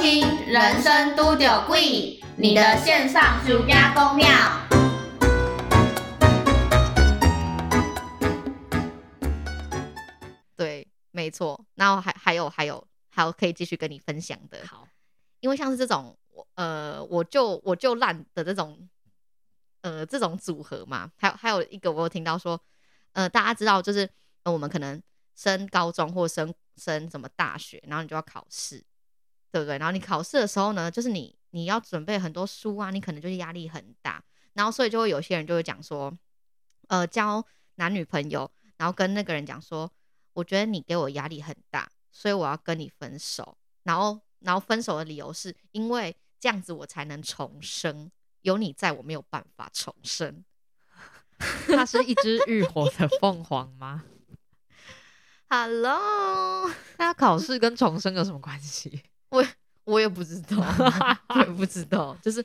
听《人生都有贵》，你的线上暑假公庙。对，没错。然后还还有还有还有可以继续跟你分享的，好，因为像是这种我呃我就我就烂的这种呃这种组合嘛，还有还有一个我有听到说，呃大家知道就是、呃、我们可能升高中或升升什么大学，然后你就要考试，对不对？然后你考试的时候呢，就是你你要准备很多书啊，你可能就是压力很大，然后所以就会有些人就会讲说，呃交男女朋友，然后跟那个人讲说，我觉得你给我压力很大，所以我要跟你分手。然后，然后分手的理由是因为这样子我才能重生，有你在我没有办法重生。它是一只浴火的凤凰 吗？ Hello， 那考试跟重生有什么关 系？我也不知 道，我也不知道，就是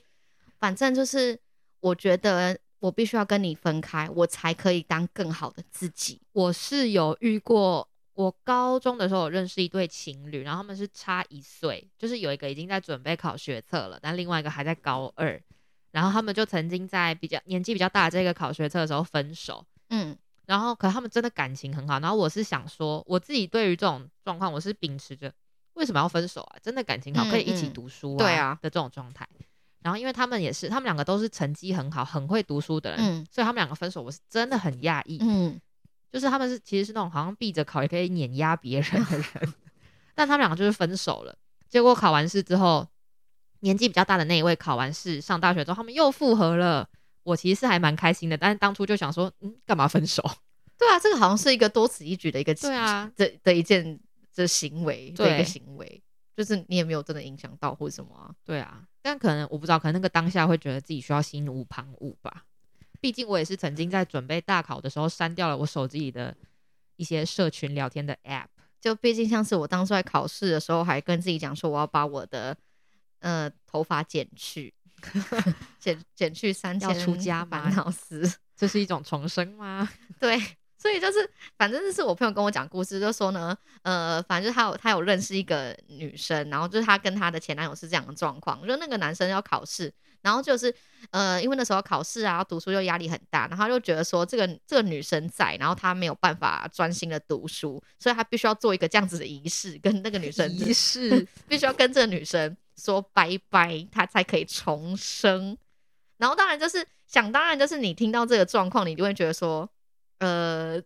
反正就是我觉得我必须要跟你分开，我才可以当更好的自己。我是有遇过，我高中的时候有认识一对情侣，然后他们是差一岁，就是有一个已经在准备考学测了，但另外一个还在高二，然后他们就曾经在比较年纪比较大的这个考学测的时候分手，嗯然后可他们真的感情很好，然后我是想说，我自己对于这种状况，我是秉持着为什么要分手啊？真的感情好，嗯可以一起嗯读书啊，对啊的这种状态。然后因为他们也是，他们两个都是成绩很好、很会读书的人，嗯所以他们两个分手，我是真的很讶异。嗯，就是他们是其实是那种好像避着考也可以碾压别人的 人，但他们两个就是分手了。结果考完试之后，年纪比较大的那一位考完试上大学之后，他们又复合了。我其实是还蛮开心的，但是当初就想说，嗯，干嘛分手？对啊，这个好像是一个多此一举的一个对啊，的的一件的行为的一对个行为，就是你也没有真的影响到或什么啊。对啊，但可能我不知道，可能那个当下会觉得自己需要心无旁骛吧。毕竟我也是曾经在准备大考的时候删掉了我手机里的一些社群聊天的 App。就毕竟像是我当初在考试的时候，还跟自己讲说我要把我的呃头发剪去， 剪剪去三千，要出家吗烦恼丝。这是一种重生吗？ 对，所以就是反正这是我朋友跟我讲故事，就说呢，呃，反正就是他有他有认识一个女生，然后就是他跟他的前男友是这样的状况，就那个男生要考试，然后就是呃，因为那时候考试啊，读书又压力很大，然后他就觉得说这个这个女生在，然后他没有办法专心的读书，所以他必须要做一个这样子的仪式，跟那个女生仪 式必须要跟这个女生说拜拜，她才可以重生。然后当然就是想当然就是你听到这个状况，你就会觉得说，呃，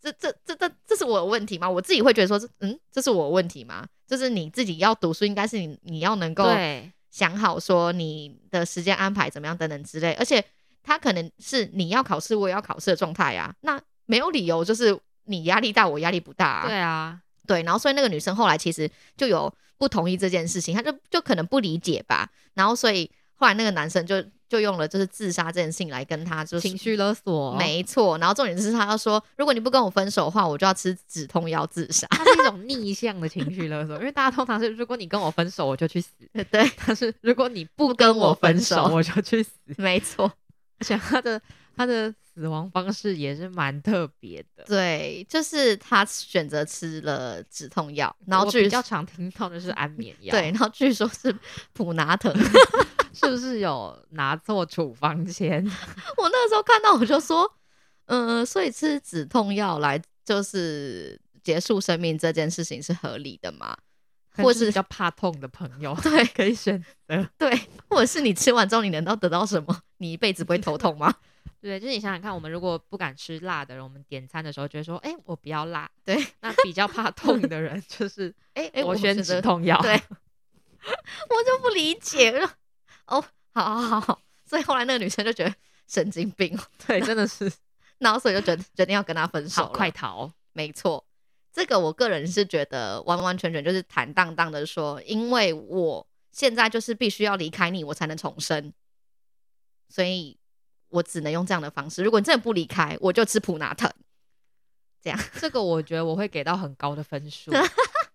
这这这这这是我的问题吗？我自己会觉得说，这嗯，这是我的问题吗？就是你自己要读书，应该是你你要能够对，想好说你的时间安排怎么样等等之类，而且他可能是你要考试，我也要考试的状态啊，那没有理由就是你压力大，我压力不大、啊，对啊，对，然后所以那个女生后来其实就有不同意这件事情，她就就可能不理解吧，然后所以后来那个男生就就用了就是自杀这件事情来跟她就是情绪勒索，没错，然后重点是他要说，如果你不跟我分手的话，我就要吃止痛药自杀。 它是一种逆向的情绪勒索，因为大家通常是如果你跟我分手，我就去死；对，但是如果你不跟跟我我分分手手，我就去死。没错，而且他的他的死亡方式也是蛮特别的。对，就是他选择吃了止痛药，然后我据比较常听到的是安眠 药，对，，然后据说是普拿疼。是不是有拿错处方 签？我那个时候看到我就说，嗯、所以吃止痛药来就是结束生命这件事情是合理的吗？ 或或是是比较怕痛的朋 友对可以选择。对，或者是你吃完之后你能够得到什么？你一辈子不会头痛吗？ 对，就是你想想看，我们如果不敢吃辣的人，我们点餐的时候就会说：“哎、我不要辣。”对，那比较怕痛的人 就是哎、哎、我觉选得止痛药。 对我就不理解了。哦，好好好好，所以后来那个女生就觉得神经病哦，对，真的是然后所以就决决定要跟他分手好了。快逃。没错，这个我个人是觉得完完全全就是坦荡荡的说，因为我现在就是必须要离开你，我才能重生，所以我只能用这样的方式。如果你真的不离开，我就吃普拿疼。这个我觉得我会给到很高的分 数，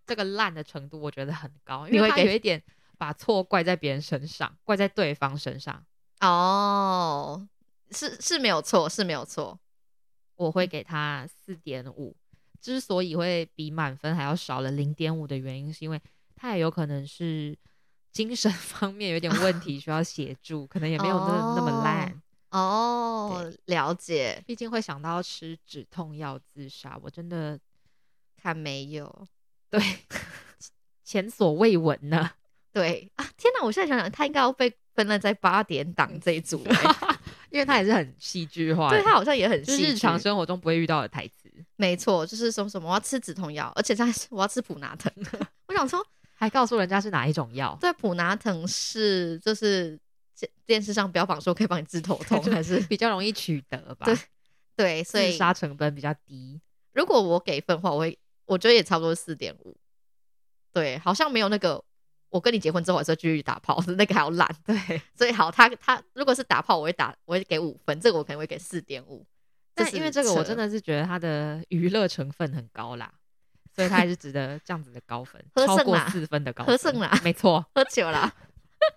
这个烂的程度我觉得很高，你因会为他给有一点把错怪在别人身上，怪在对方身上，哦，是是没有错，是没有错。我嗯会给他四点五。之所以会比满分还要少了零点五的原因，是因为他也有可能是精神 方面有点问题，需要协助，可能也没有那、那么烂。哦，了解，毕竟会想到吃止痛药自杀，我真的看没 有，对前所未闻呢。对啊，天哪！我现在想想，他应该要被分了在八点档这一 组欸、因为它也是很戏剧化的，对他好像也很就戏是剧日常生活中不会遇到的台词，没错，就是什么什么我要吃止痛药，而且他还是我要吃普 拿疼。我想说，还告诉人家是哪一 种药，对，普拿疼是就是电电视上标榜说可以帮你治头痛， 还是比较容易取得吧，对 对？所自以杀成本比较低。如果我给分的话，我会我觉得也差不多四点五。对，好像没有那个我跟你结婚之后还是会继续打炮 的那个还要烂。对，所以好，他他如果是打炮，我会打我会给五分，这个我可能会给四点五。但因为这个，是我扯，真的是觉得它的娱乐成分很高啦，所以它还是值得这样子的高分合超胜过啦四分的高分，合胜啦没错，喝酒啦，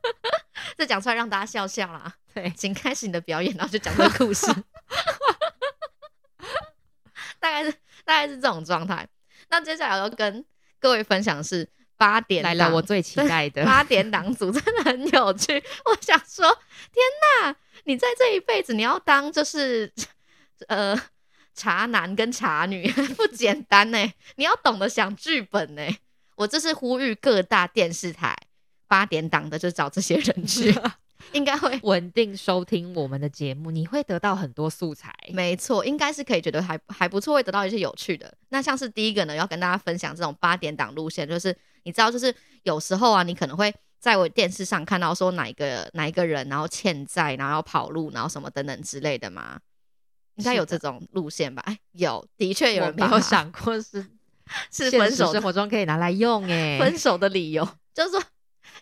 这讲出来让大家笑笑啦。对，请开始你的表演，然后就讲这个故 事，大概是大概是这种状态。那接下来要跟各位分享的是八点来了档我最期待的，八点档组真的很有趣。我想说，天哪，你在这一辈子你要当就是呃茶男跟茶女， 不简单呢。你要懂得想剧本呢。我这是呼吁各大电视台八点档的就找这些人 去，应该会。稳定收听我们的节目，你会得到很多素材。没错，应该是可以觉得还还不错，会得到一些有趣的。那像是第一个呢，要跟大家分享这种八点档路线，就是你知道，就是有时候啊，你可能会在我电视上看到说哪一个哪一个人，然后欠债，然后要跑路，然后什么等等之类的嘛。应该有这种路线吧？哎，有，的确有我人没把有它想过是 是现分实手生活中可以拿来用 哎、分手的理由， 就是说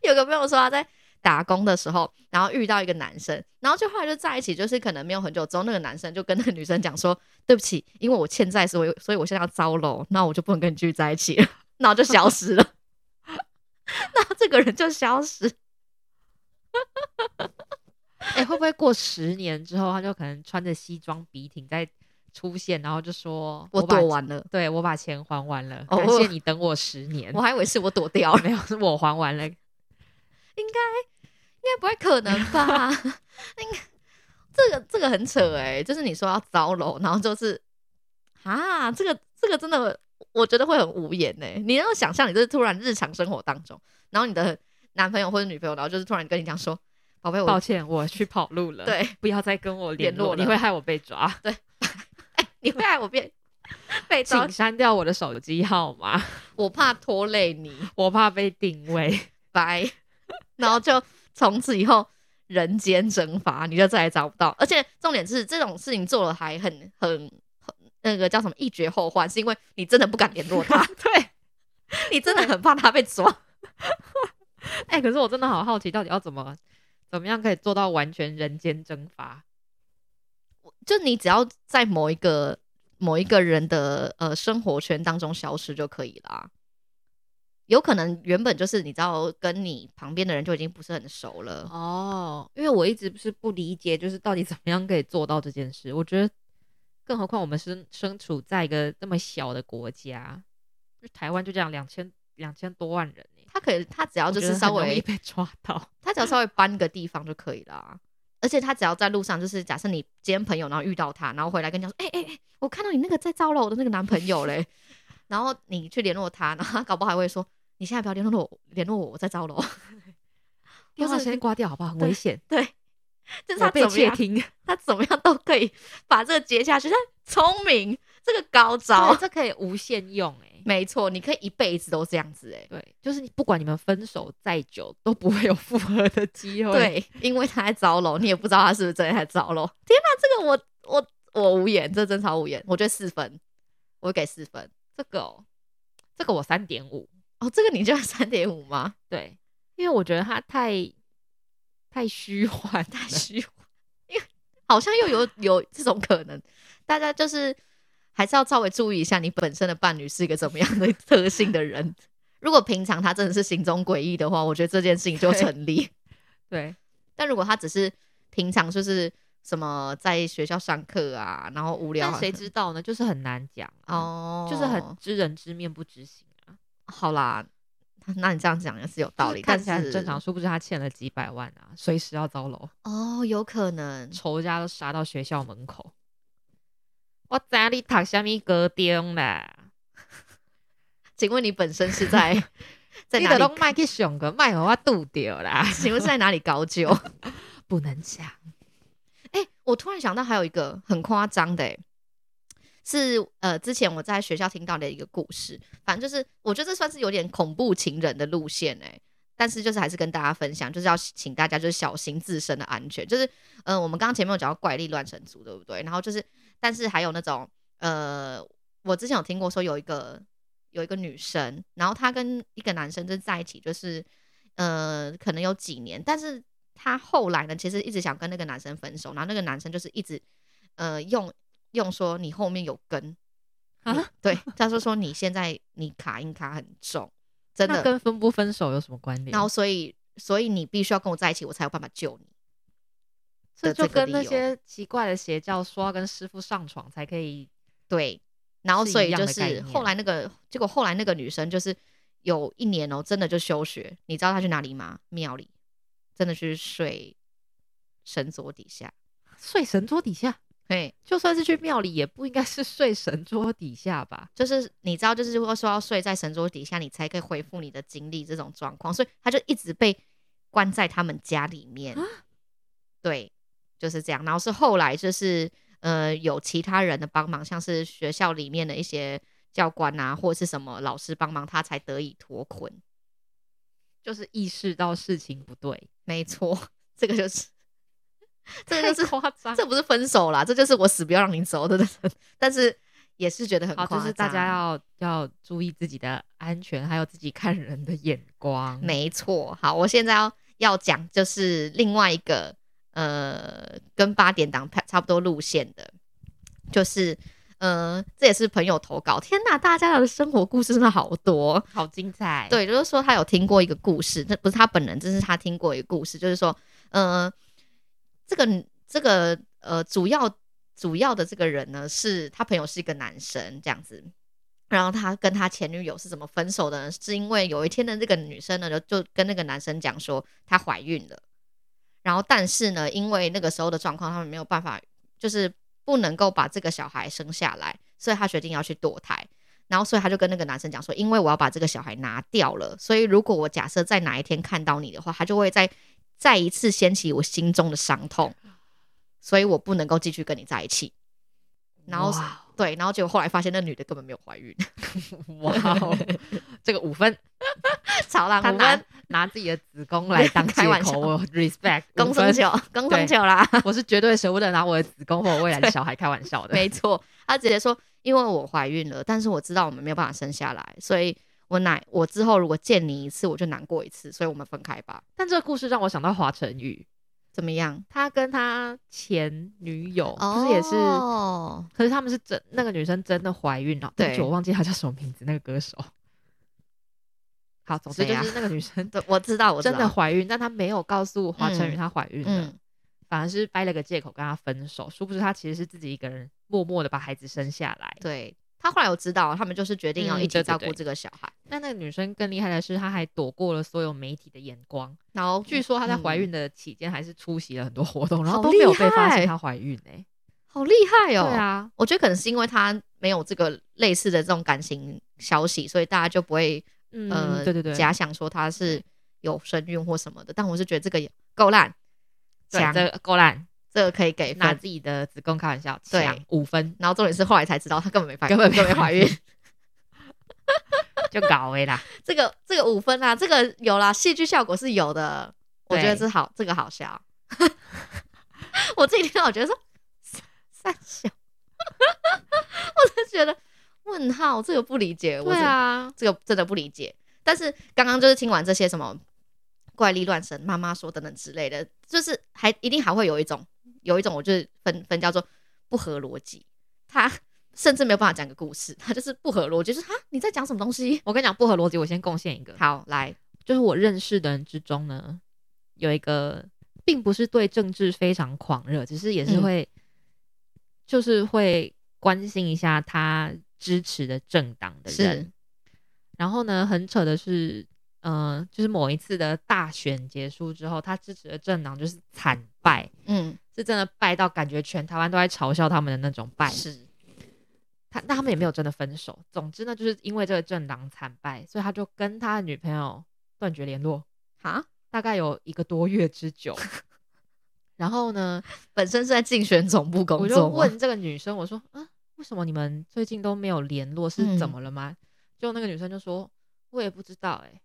有个朋友说他在打工的时候，然后遇到一个男生，然后就后来就在一起，就是可能没有很久之后，那个男生就跟那个女生讲说：“对不起，因为我欠债，所以我所以我现在要遭楼，那我就不能跟你继续在一起了。” 然后就消失了， 那这个人就消失。哎、会不会过十年之后，他就可能穿着西装笔挺再出现，然后就说：“我把躲，完了，对我把钱还完了，哦感谢你等我十年。我还以为是我躲掉了，没有，是我还完了。应该不会可能吧？ 应该这个这个很扯哎、就是你说要糟楼，然后就是啊，这个这个真的，我觉得会很无言哎、你要想象你就是突然日常生活当中，然后你的男朋友或者女朋友，然后就是突然跟你讲说，宝贝，抱我歉，我去跑路了，，对不要再跟我联联络，络你了会害我被抓，你会害我 变被遭请，删掉我的手机号码，我怕拖累你，我怕被定 位。拜， 然后就从此以后。人间蒸发，你就再也找不到。而且重点是，这种事情做了还很很很那个叫什么一绝后患，是因为你真的不敢联络 他，对，你真的很怕他被抓。哎、可是我真的好好奇，到底要怎么怎么样可以做到完全人间蒸发？就你只要在某一个某一个人的呃生活圈当中消失就可以啦。有可能原本就是你知道跟你旁边的人就已经不是很熟了，哦，因为我一直不是不理解，就是到底怎么样可以做到这件事。我觉得，更何况我们身身处在一个这么小的国家，就台湾就这样两千两千多万人欸他可以他只要我就觉是得稍很容易微被抓到。他只要稍微搬个地方就可以啦。而且他只要在路上，就是假设你今天朋友然后遇到他，然后回来跟你讲说，哎哎哎，我看到你那个在招了我的那个男朋友嘞， 然后你去联络他，然后他搞不好还会说，你现在不要联络我，联络我，我在招了哦，电话是先挂掉 好不好？很对危险，就是 我他被怎么窃样？听。他怎么样都可以把这个接下去。他聪明，这个高招对，这可以无限用哎、 没错，你可以一辈子都这样子哎、对，就是你不管你们分手再久，都不会有复合的机会。，对，因为他在招楼，你也不知道他是不是真的在招楼。天哪、这个我我我无言，这真超无言。我觉得四分，我给四分。这个、哦，这个我三点五。哦，这个你就三点五吗？对，因为我觉得他太太虚幻了，太虚幻，因为好像又有有这种可能。大家就是还是要稍微注意一下，你本身的伴侣是一个怎么样的 特性的人。如果平常他真的是行踪诡异的话，我觉得这件事情就对成立。对，但如果他只是平常就是什么在学校上课啊，然后无聊啊，但谁知道呢？就是很难讲啊，哦，就是很知人知面不知心啊。好啦，那你这样讲也是有道理，看但起来很是正常，殊不知他欠了几百万啊，随时要遭楼，哦，有可能仇家都杀到学校门口。我知你读什么高中啦？请问你本身是 在在你哪都里拢？卖去上个，卖给我堵掉 啦！请问是在哪里高 就？不能讲，哎、我突然想到还有一个很夸张的、欸，是呃，之前我在学校听到的一个故事，反正就是我觉得这算是有点恐怖情人的路线哎、但是就是还是跟大家分享，就是要请大家就是小心自身的安全。就是呃，我们刚刚前面有讲到怪力乱神族，对不对？然后就是，但是还有那种呃，我之前有听过说有一个有一个女生，然后她跟一个男生就是在一起，就是呃，可能有几年，但是她后来呢，其实一直想跟那个男生分手，然后那个男生就是一直呃用用说你后面有根啊你对，他说说你现在你卡音卡很重，真那的，跟分不分手有什么关联？然后所以所以你必须要跟我在一起，我才有办法救你。这的就这个跟那理由些奇怪的邪教说要跟师傅上床才可以，对，然后是所一以样就的概是念后来那个结果后来那个女生就是有一年哦、真的就休学，你知道她去哪里吗？庙里，真的去睡神桌底下。睡神桌底下。嘿，就算是去庙里，也不应该是睡神桌底下吧？就是你知道，就是如果说要睡在神桌底下，你才可以恢复你的精力这种状况，所以他就一直被关在他们家里面啊。对，就是这样。然后是后来就是呃有其他人的帮忙，像是学校里面的一些教官啊，或者是什么老师帮忙，他才得以脱困。就是意识到事情不对，没错，这个就是， 这个就是太夸张。这不是分手啦，这就是我死不要让你走的。但是也是觉得很夸好，张，就是大家要要注意自己的安全，还有自己看人的眼光。没错，好，我现在要要讲就是另外一个呃，跟八点档差差不多路线的，就是呃，这也是朋友投稿。天呐，大家的生活故事真的好多。哦好精彩，，对，就是说他有听过一个故事，那不是他本人，这是他听过一个故事，就是说，呃，这个这个呃，主要主要的这个人呢，是他朋友是一个男生这样子，然后他跟他前女友是怎么分手的呢？是因为有一天的这个女生呢，就就跟那个男生讲说她怀孕了，然后但是呢，因为那个时候的状况，他们没有办法，就是不能够把这个小孩生下来，所以他决定要去堕胎。然后，所以他就跟那个男生讲说，因为我要把这个小孩拿掉了，所以如果我假设在哪一天看到你的话，他就会再再一次掀起我心中的伤痛，所以我不能够继续跟你在一起。然后哇对，然后结果后来发现那女的根本没有怀孕， 哇哦，这个五分，超浪他漫拿。拿自己的子宫来当 开借玩口笑我 respect 工五生分，球，工生球啦，我是绝对舍不得拿我的子宫和我未来的小孩开玩笑的。没错。他直接说，因为我怀孕了，但是我知道我们没有办法生下来，所以我奶我之后如果见你一次，我就难过一次，所以我们分开吧。但这个故事让我想到华晨宇，怎么样？他跟他前女友不是也是，哦可是他们是真那个女生真的怀孕了，对不起，对我忘记她叫什么名字，那个歌手。好，总之谁就呀是那个女生对，我知道， 我知真道的怀孕，但她没有告诉华晨宇嗯她怀孕了，嗯，反而是掰了个借口跟他分手，殊不知她其实是自己一个人默默的把孩子生下来。对他后来有知道，他们就是决定要一嗯起对对照顾对这个小孩。但那个女生更厉害的是，她还躲过了所有媒体的眼光。然后据说她在怀嗯孕的期间还是出席了很多活动，然后好都没有厉被发害现她怀孕哎、好厉害哦！对，啊，我觉得可能是因为他没有这个类似的这种感情消息，所以大家就不会嗯，呃，对对对，假想说他是有身孕或什么的，但我是觉得这个也够烂，对强，这个够烂，这个可以给拿分。自己的子宫开玩笑，对强五分然后重点是后来才知道他根本没怀，根本没没怀孕。就搞哎啦。这个这个五分啊，这个有啦，戏剧效果是有的，我对觉得这好，这个好笑。 我自己听到，我觉得说三三小， 我就觉得问号，这个不理解，我对真的啊，这个真的不理解。但是刚刚就是听完这些什么怪力乱神、妈妈说等等之类的，就是还一定还会有一种，有一种我就是分分叫做不合逻辑，他甚至没有办法讲个故事，他就是不合逻辑，就是哈你在讲什么东西？我跟你讲不合逻辑，我先贡献一个，好，来，就是我认识的人之中呢，有一个并不是对政治非常狂热，只是也是嗯会，就是会关心一下他支持的政党的是人。然后呢，很扯的是，嗯、就是某一次的大选结束之后，他支持的政党就是惨败，嗯，是真的败到感觉全台湾都在嘲笑他们的那种败。是，他但他们也没有真的分手。总之呢，就是因为这个政党惨败，所以他就跟他的女朋友断绝联络，哈，大概有一个多月之久。 然后呢，本身是在竞选总部工我作就吗，问这个女生，我说：“啊，为什么你们最近都没有联络？是怎嗯么了吗？”就那个女生就说：“我也不知道、欸，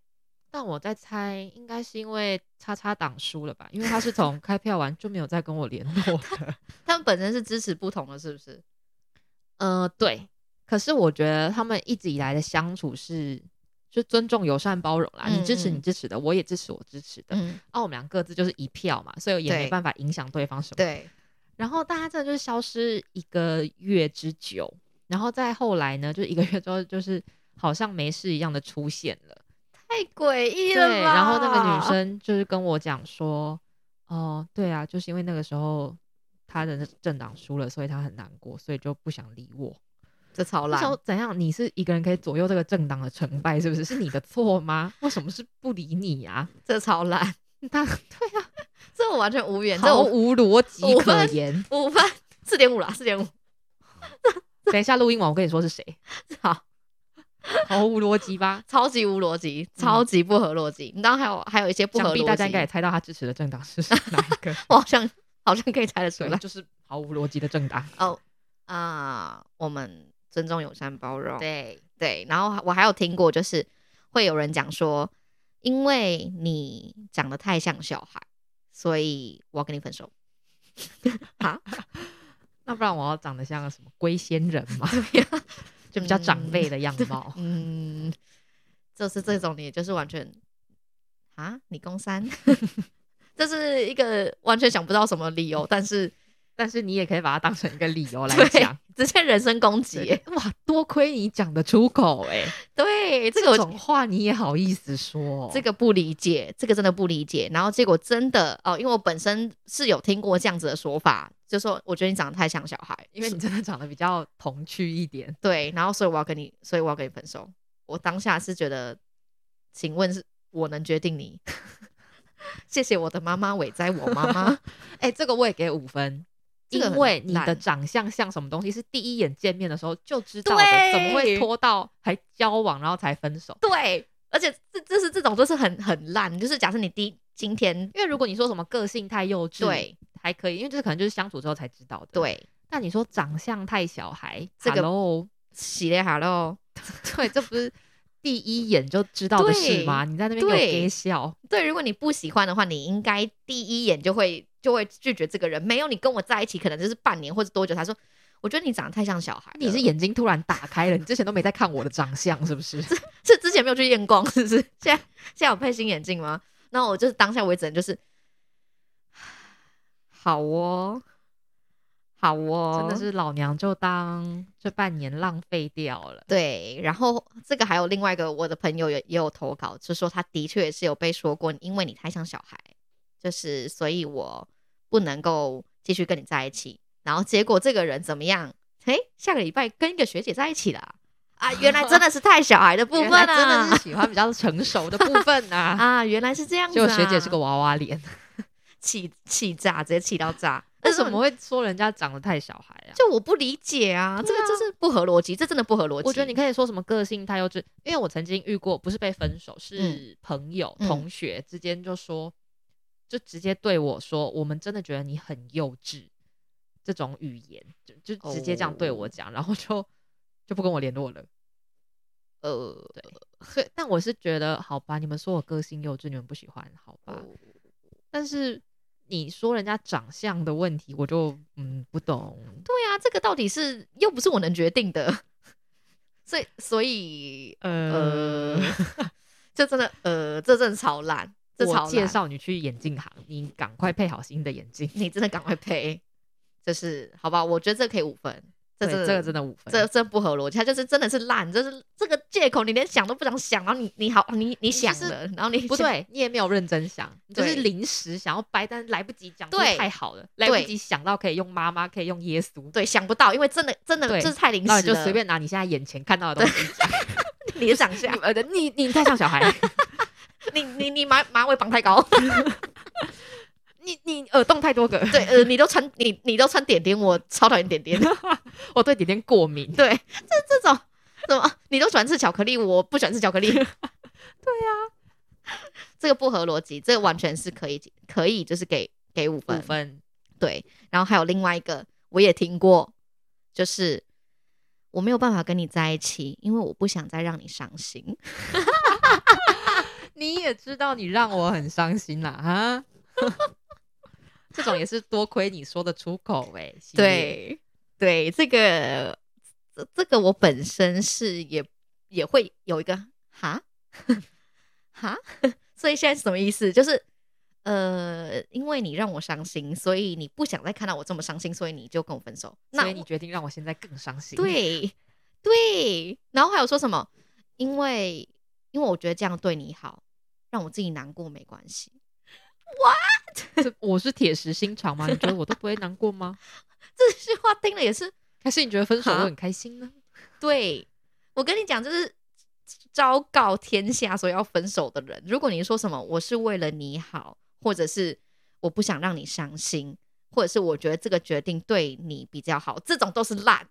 但我在猜，应该是因为叉叉党输了吧？因为他是从开票完就没有再跟我联络的。他们本身是支持不同的，是不是？呃，对。可是我觉得他们一直以来的相处是，就尊重、友善、包容啦。你支持嗯嗯你支持的，我也支持我支持的。嗯，啊，我们俩各自就是一票嘛，所以也没对办法影响对方什么。对，然后大家真的就是消失一个月之久，然后再后来呢，就是一个月之后，就是好像没事一样的出现了。太诡异了对，吧？然后那个女生就是跟我讲说，哦、对啊，就是因为那个时候她的政党输了，所以她很难过，所以就不想理我。这超那时候烂，怎样？你是一个人可以左右这个政党的成败，是 不是？是你的错吗？为什么是不理你呀、这超烂，啊？ 他对啊， 这我完全无言，这毫我无逻辑我可们言。五分四点五啦， 四点五，等一下录音完，我跟你说是 谁。好，毫无逻辑吧？超级无逻辑，超级不合逻辑。你当然还有还有一些不想合逻必辑，大家应该也猜到他支持的政党是哪一个， 我好像好像可以猜得出 对，来就是毫无逻辑的政党。哦啊、我们尊重、友善、包容，对，对，然后我还有听过，就是会有人讲说，因为你长得太像小孩，所以我要跟你分手。那不然我要长得像个什么龟仙人 嘛？就比较长辈的样貌。嗯， 就是这种，你就是完全啊，你公三， 这是一个完全想不到什么理由，但是但是你也可以把它当成一个理由来对讲。直接人身攻击耶。对哇，多亏你讲得出口哎、对，这这个我种话你也好意思说、哦这个不理解，这个真的不理解。然后结果真的哦，因为我本身是有听过这样子的说法，就说我觉得你长得太像小孩，因为你真的长得比较童趣一点。对，然后所以我要跟你，所以我要跟你分手。我当下是觉得，请问是我能决定你？ 谢谢我的妈妈伟哉我妈 妈，哎、这个我也给五分。这个因很为你的烂长相像什么东西，是第一眼见面的时候就知道的，对怎么会拖到还交往然后才分手？对，而且这这是这种就是很很烂，就是假设你第一今天因为如果你说什么个性太幼稚，对还可以，因为这可能就是相处之后才知道的。，对但你说长相太小孩，这个 hello，洗了哈 喽，对，这不是第一眼就知道的事吗？你在那边给我对憋笑，对，如果你不喜欢的话，你应该第一眼就会就会拒绝这个人。没有你跟我在一起，可能就是半年或者多久，他说我觉得你长得太像小孩了，你是眼睛突然打开了，你之前都没在看我的长相是不是？是之前没有去验光，是不是？现在现在有配新眼镜吗？然后我就是当下我也只能就是，好哦，好哦，真的是老娘就当这半年浪费掉了。对。然后这个还有另外一个，我的朋友也也有投稿，就说他的确是有被说过，因为你太像小孩，就是所以我不能够继续跟你在一起。然后结果这个人怎么样？嘿，下个礼拜跟一个学姐在一起了啊！原来真的是太小孩的部分 原啊，来真的是喜欢比较成熟的部分 啊。啊，原来是这样子、结啊。果学姐是个娃娃脸，气气炸，直接气到 炸。为但是什我么会说人家长得太小孩啊？就我不理解啊，这个就是不合逻辑，这真的不合逻辑。我觉得你可以说什么个性太幼稚，因为我曾经遇过，不是被分手，是朋友、嗯同学之间就说，就直接对我说，我们真的觉得你很幼稚，这种语言就就直接这样对我讲，然后就就不跟我联络了。呃，所以，但我是觉得，好吧，你们说我个性幼稚，你们不喜欢，好啊吧，哦但是。你说人家长相的问题，我就嗯不懂。对啊，这个到底是又不是我能决定的， 所以所以 呃， 这真的呃，这真的超烂，这超我烂介绍你去眼镜行，你赶快配好新的眼镜。你真的赶快赔，就是好吧？我觉得这可以五分， 这对真的这个真的五分，这这不合逻辑，他就是真的是烂，就是这个借口你连想都不想想，然后你你好你你想就是了，然后你不想对，你也没有认真想，你就是对临时想要掰，但是来不及讲，对就是太好了，来对不及想到可以用妈妈，可以用耶稣，对，想不到，因为真的真的对这是太临时然后了，你就随便拿你现在眼前看到的东西讲， 你的长相 你，呃，你你太像小孩，你你你马马尾绑太高，你你耳洞太多个， 对，呃，你都穿你你都穿点点，我超讨厌点点。我对点点过敏。对，这这种什么，你都喜欢吃巧克力，我不喜欢吃巧克 力。对呀、啊这个不合逻辑，这个完全是可以可以就是给给五分五分，对，然后还有另外一个我也听过，就是我没有办法跟你在一起，因为我不想再让你伤心。你也知道你让我很伤心啦，哈。 这种也是多亏你说得出口哎、系列，对对，这个这这个我本身是也也会有一个哈 哈， 所以现在是什么意思？就是呃，因为你让我伤心，所以你不想再看到我这么伤心，所以你就跟我分手。那所以我你决定让我现在更伤心。，对 对，然后还有说什么？因为因为我觉得这样对你好，让我自己难过没关系。 这我是铁石心肠吗？你觉得我都不会难过 吗？这句话听了也是还是你觉得分手哈我很开心呢？对，我跟你讲，就是昭告天下所要分手的人，如果你说什么我是为了你好，或者是我不想让你伤心，或者是我觉得这个决定对你比较好，这种都是烂。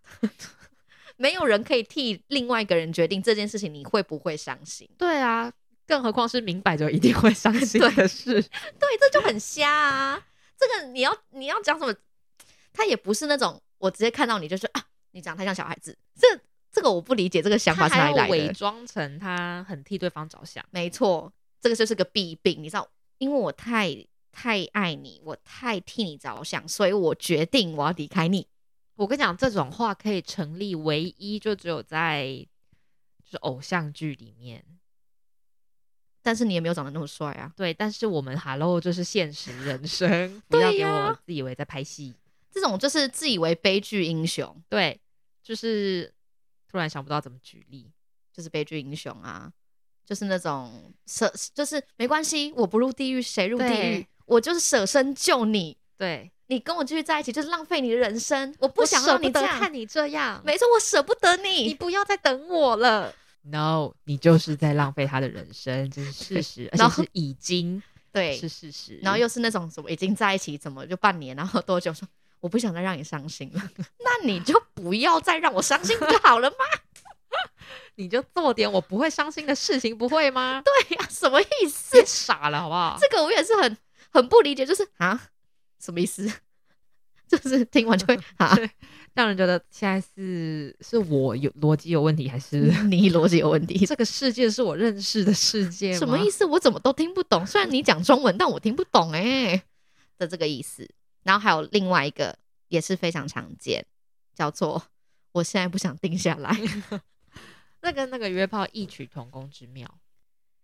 没有人可以替另外一个人决定这件事情你会不会伤心，对啊，更何况是明摆着一定会伤 心对的事。对，这就很瞎啊！这个你要你要讲什么，他也不是那种我直接看到你就说啊，你长得太像小孩子，这这个我不理解这个想法他是哪还里来要的。伪装成他很替对方着想，没错，这个就是个弊病，你知道，因为我太太爱你，我太替你着想，所以我决定我要离开你。我跟你讲，这种话可以成立，唯一就只有在就是偶像剧里面。但是你也没有长得那么帅啊，对，但是我们 Hello 就是现实人生，不对要给我呀自以为在拍戏。这种就是自以为悲剧英雄，对，就是突然想不到怎么举例。就是悲剧英雄啊，就是那种舍，就是没关系，我不入地狱谁入地狱对，我就是舍身救你，对，你跟我继续在一起就是浪费你的人生，我不我想舍让不你这得样看。你这样，没错，我舍不得你你，不要再等我了。No，你就是在浪费他的人生，这是事实，而然且后是已经对，是事实。然后又是那种什么已经在一起怎么就半年，然后多久说我不想再让你伤心了， 那你就不要再让我伤心不就好了吗？你就做点我不会伤心的事情，不会 吗？对呀、什么意思 别？傻了，好不好？这个我也是很很不理解，就是啊，什么意思？ 就是听完就会啊，让人觉得现在是是我有逻辑有问题，还是你逻辑有问题， 这个世界是我认识的世界吗？什么意思？思？我怎么都听不懂。虽然你讲中文，但我听不懂哎、的这个意思。然后还有另外一个也是非常常见，叫做我现在不想定下来。 那跟那个约炮异曲同工之妙，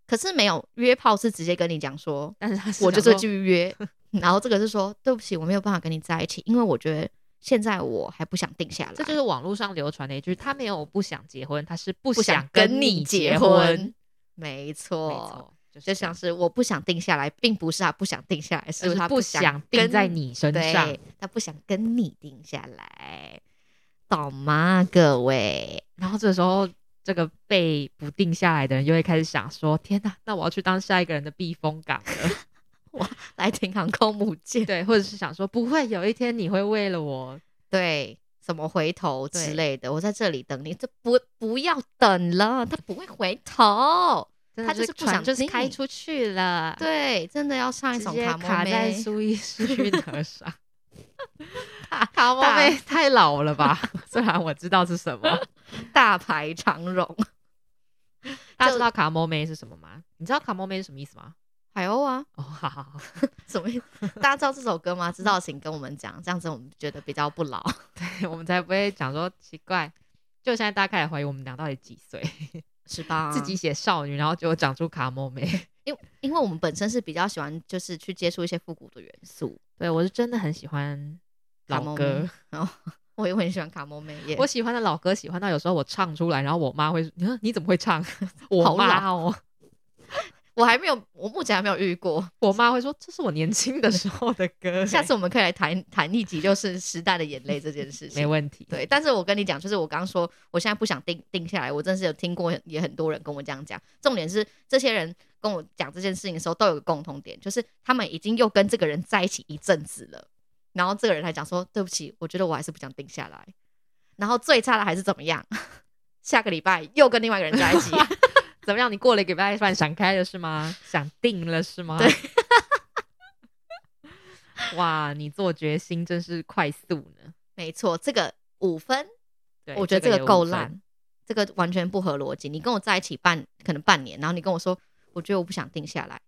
可是没有约炮是直接跟你讲说但是他是我就想是说去约。 然后这个是说，对不起，我没有办法跟你在一起，因为我觉得现在我还不想定下来。这就是网络上流传的一句：他没有不想结婚，他是不不想跟跟你结结婚。婚。没没错，错，就是就这样像是我不想定下来，并不是他不想定下来，就是他不想想定跟在你身上对。，他不想跟你定下来，懂吗，各位？然后这时候，这个被不定下来的人又会开始想说：天哪，那我要去当下一个人的避风 港了。来听航空母舰，对，或者是想说，不会有一天你会为了我。对，什么回头之对类的，我在这里等你，这不不要等了，他不会回头。真他的就是不船想就是听开出去了，，对，真的要上一直首接卡莫卡在妹。苏伊士运河上。 卡卡 莫妹太老了吧？ 虽然我知道是 什么， 大排长 龙，大家知道卡莫妹是什么吗？你知道卡莫妹是什么意思吗？海鸥啊，哦，好好 好， 什么意思？大家知道这首歌吗？知道请跟我们讲，这样子我们觉得比较不老。对我们才不会讲说奇怪。就现在大家开始怀疑我们俩到底几岁， 是 吧？自己，写少女，然后结果长出卡莫妹。因为我们本身是比较喜欢，就是去接触一些复古的元素。 对我是真的很喜欢卡老莫歌 妹，，然后我也很喜欢卡莫妹 耶。我喜欢的老歌喜 欢到有时候我唱出来，然后我妈会说：“你你怎么会唱？”我好妈哦，我还没有，我目前还没有遇过。我妈会说这是我年轻的时候的歌、欸 下次我们可以来谈谈一集，就是时代的眼泪这件事情。没问题。对，但是我跟你讲，就是我刚刚说，我现在不想定定下来，我真是有听过，也很多人跟我这样讲。重点是，这些人跟我讲这件事情的时候，都有个共同点，就是他们已经又跟这个人在一起一阵子了，然后这个人还讲说：“对不起，我觉得我还是不想定下来。”然后最差的还是怎么样？ 下个礼拜又跟另外一个人在一起，怎么样？你过了一个礼拜突然想开了是吗？想定了是吗？对。 哇，你做决心真是快速呢。没错，这个五分，对，我觉得这个也够五分烂，这个完全不合逻辑。你跟我在一起半可能半年，然后你跟我说，我觉得我不想定下来，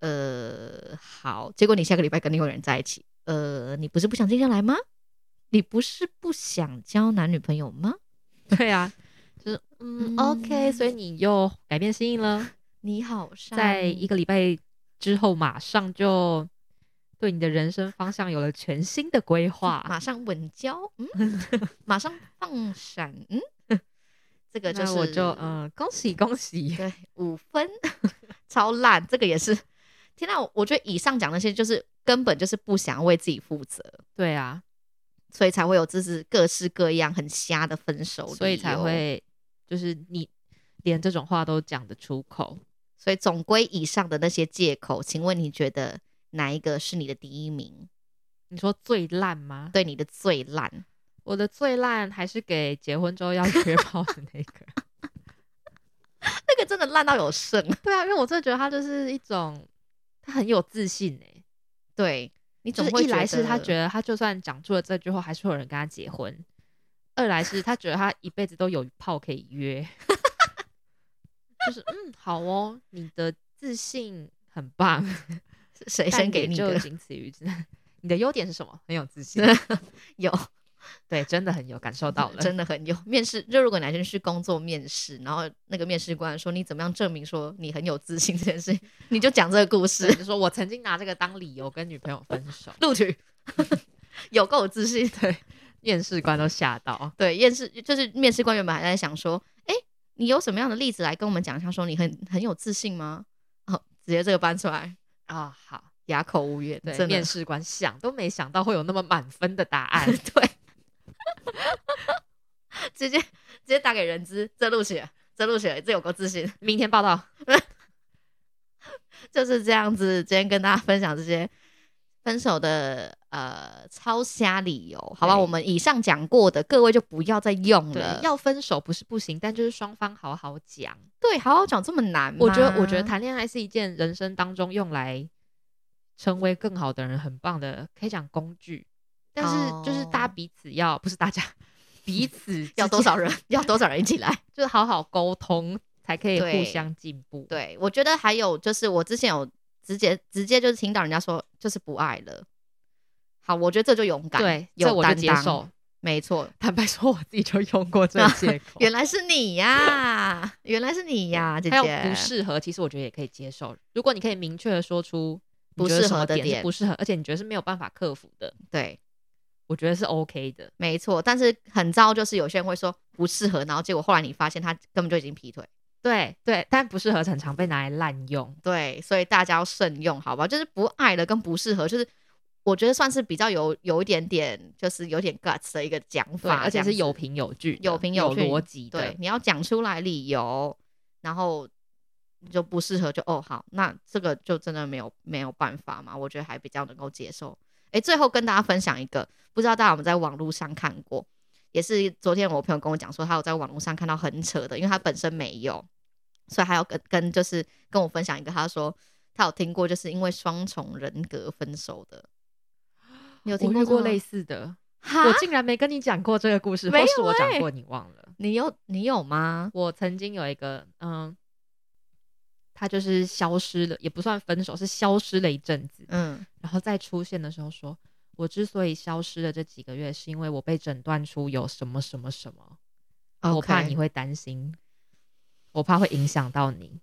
呃，好，结果你下个礼拜跟另外一个人在一起，呃，你不是不想定下来吗？你不是不想交男女朋友吗？ 对啊，就是嗯嗯 o k 所以你又改变心意了，你好善意，在一个礼拜之后，马上就对你的人生方向有了全新的规划。 马上稳交，嗯， 马上放闪，嗯， 这个就那是我就嗯、呃恭喜恭喜！对，五分， 超烂，这个也是。天呐，我觉得以上讲那些就是根本就是不想为自己负责，对啊，所以才会有这是各式各样很瞎的分手理由，所以才会就是你连这种话都讲得出口。所以总归以上的那些借口，请问你觉得哪一个是你的第一名？你说最烂吗？对你的最烂？我的最烂还是给结婚之后要 约炮的那个。那个真的烂到有剩。对啊，因为我真的觉得他就是一种，他很有自信哎、对你就总是会一来是他觉得得他就算讲出了这句话，还是会有人跟他结婚；二来是他觉得他一辈子都有炮可以约， 就是嗯，好哦，你的自信很棒，谁但先给也你就的 仅此于此。你的优点是什么？很有自 信，有对，真的很有感受到了，真的很有面试。就如果哪天去工作面试，然后那个面试官说你怎么样证明说你很有自信这件事，你就讲这个故是事，就说我曾经拿这个当理由跟女朋友分手，录取 有够有自信。对面试官都吓到。对，面试就是面试官原本还在想说，哎、你有什么样的例子来跟我们讲一下，说你很很有自信吗？哦，直接这个搬出来，啊、好，哑口无言，对，真的，面试官想都没想到会有那么满分的答案 对，直接直接打给人资，这录取了，这录取了，这有够自信。明天报道。就是这样子，今天跟大家分享这些分手的呃超瞎理由，好吧？对我们以上讲过的，各位就不要再用对了。，要分手不是不行，但就是双方好好讲。对好好讲这么难吗，我觉得，我觉得谈恋爱是一件人生当中用来成为更好的人很棒的，可以讲工具。但是就是大家哦彼此要，不是大家彼此 要之多少间，人，要多少人一起来？ 就是好好沟通，才可以互对相进步。， 对，我觉得还有就是，我之前有直接直接就是听到人家说就是不爱了。好，我觉得这就勇敢，对，这有我就担接当受。没错。坦白说，我自己就用过这个借口。原来是你呀、 原来是你呀、姐还有姐。不适合，其实我觉得也可以接受。如果你可以明确的说出你不觉得适什合么的点是点不适合，而且你觉得是没有办法克服的，对，我觉得是 OK 的。没错，但是很糟，就是有些人会说不适合，然后结果后来你发现他根本就已经劈腿。对对，但不适合常常被拿来滥用。对，所以大家要慎用，好吧？就是不爱了跟不适合，就是我觉得算是比较有有一点点，就是有点 guts 的一个讲对，法，而且这样是子有凭有据的，有凭有有据逻辑的对，。你要讲出来理由，然后就不适合就哦好，那这个就真的没有没有办法嘛，我觉得还比较能够接受。诶，最后跟大家分享一个，不知道大家有没有在网络上看过，也是昨天我朋友跟我讲说，他有在网络上看到很扯的，因为他本身没有，所以还要跟跟就是跟我分享一个，他说他有听过，就是因为双重人格分手的。你有听我过遇这过啊吗类似的，哈我？竟然没跟你讲过这个故事，没或是有我讲欸过你忘了。你有你有吗？我曾经有一个，嗯，他就是消失了，也不算分手，是消失了一阵子，嗯，然后再出现的时候说，我之所以消失了这几个月，是因为我被诊断出有什么什么什么我怕 OK 你会担心，我怕会影响到你，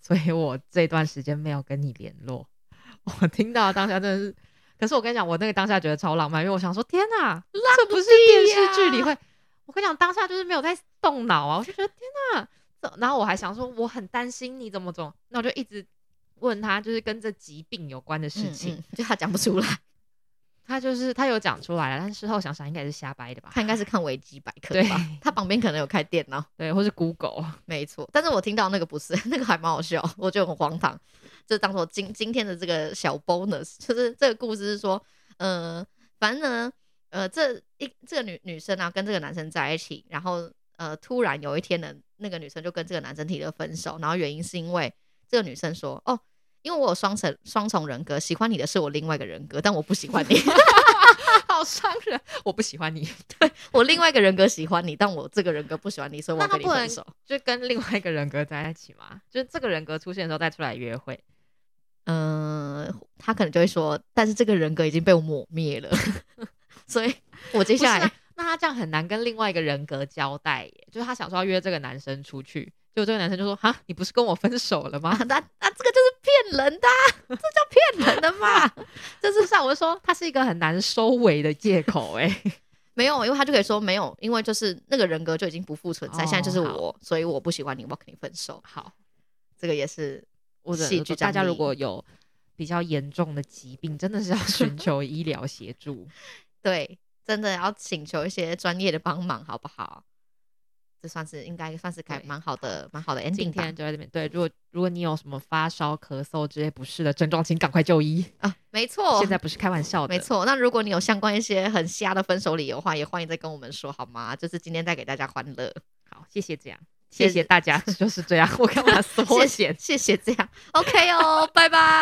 所以我这段时间没有跟你联络。 我听到当下真的是，可是我跟你讲，我那个当下觉得超浪漫，因为我想说，天哪，这不是电视剧里会，我跟你讲，当下就是没有在动脑啊，我就觉得天哪，然后我还想说我很担心你怎么怎么，那我就一直问他，就是跟这疾病有关的事事情。情，嗯就他讲不出来，他就是他有讲出来了，但事后想想应该是瞎掰的吧？他应该是看维基百科对吧，他旁边可能有开电脑，对，或是 Google 没错。但是我听到那个不是， 那个还蛮好笑，我觉得很荒唐，就当做今今天的这个小 bonus，就是这个故事是说，呃，反正呢，呃，这一这个女女生啊跟这个男生在一起，然后呃，突然有一天呢，那个女生就跟这个男生提了分手，然后原因是因为这个女生说，哦。因为我有双层双重人格，喜欢你的是我另外一个人格，但我不喜欢你。好伤人，我不喜欢你， 我另外一个人格喜欢你，但我这个人格不喜欢你，所以我那要他跟你不能分手。就跟另外一个人格在一起嘛？就是这个人格出现的时候再出来约会，嗯、他可能就会说，但是这个人格已经被我抹灭了， 所以我接接下下来、来那他这样很难跟另外一个人格交代耶，就是他想说要约这个男生出去，结果这个男生就说：“哈，你不是跟我分手 了啊吗，那那这个就是骗人的啊、这叫骗人的嘛？？” 这是啊上我就说他是一个很难收尾的借口，哎， 没有，因为他就可以说没有，因为就是那个人格就已经不复存在，哦现在就是我，所以我不喜欢你，我要跟你分手。好，这个也是我只能戏说剧大家张力如果有比较严重的疾病，真的是要寻求医疗协助。对，真的要请求一些专业的帮忙，好不好？这算是应该算是还对蛮好的，蛮好的 ending 今吧天就在这边，对，如果如果你有什么发烧、咳嗽之类不适的症状，请赶快就医。啊，没错，现在不是开玩笑的，没。错，那如果你有相关一些很瞎的分手理由的话，也欢迎再跟我们说好吗？就是今天带给大家欢 乐，好，谢谢这样，谢谢谢 谢大家，就是这样。我干嘛缩谢写谢谢这样，OK 哦，拜拜。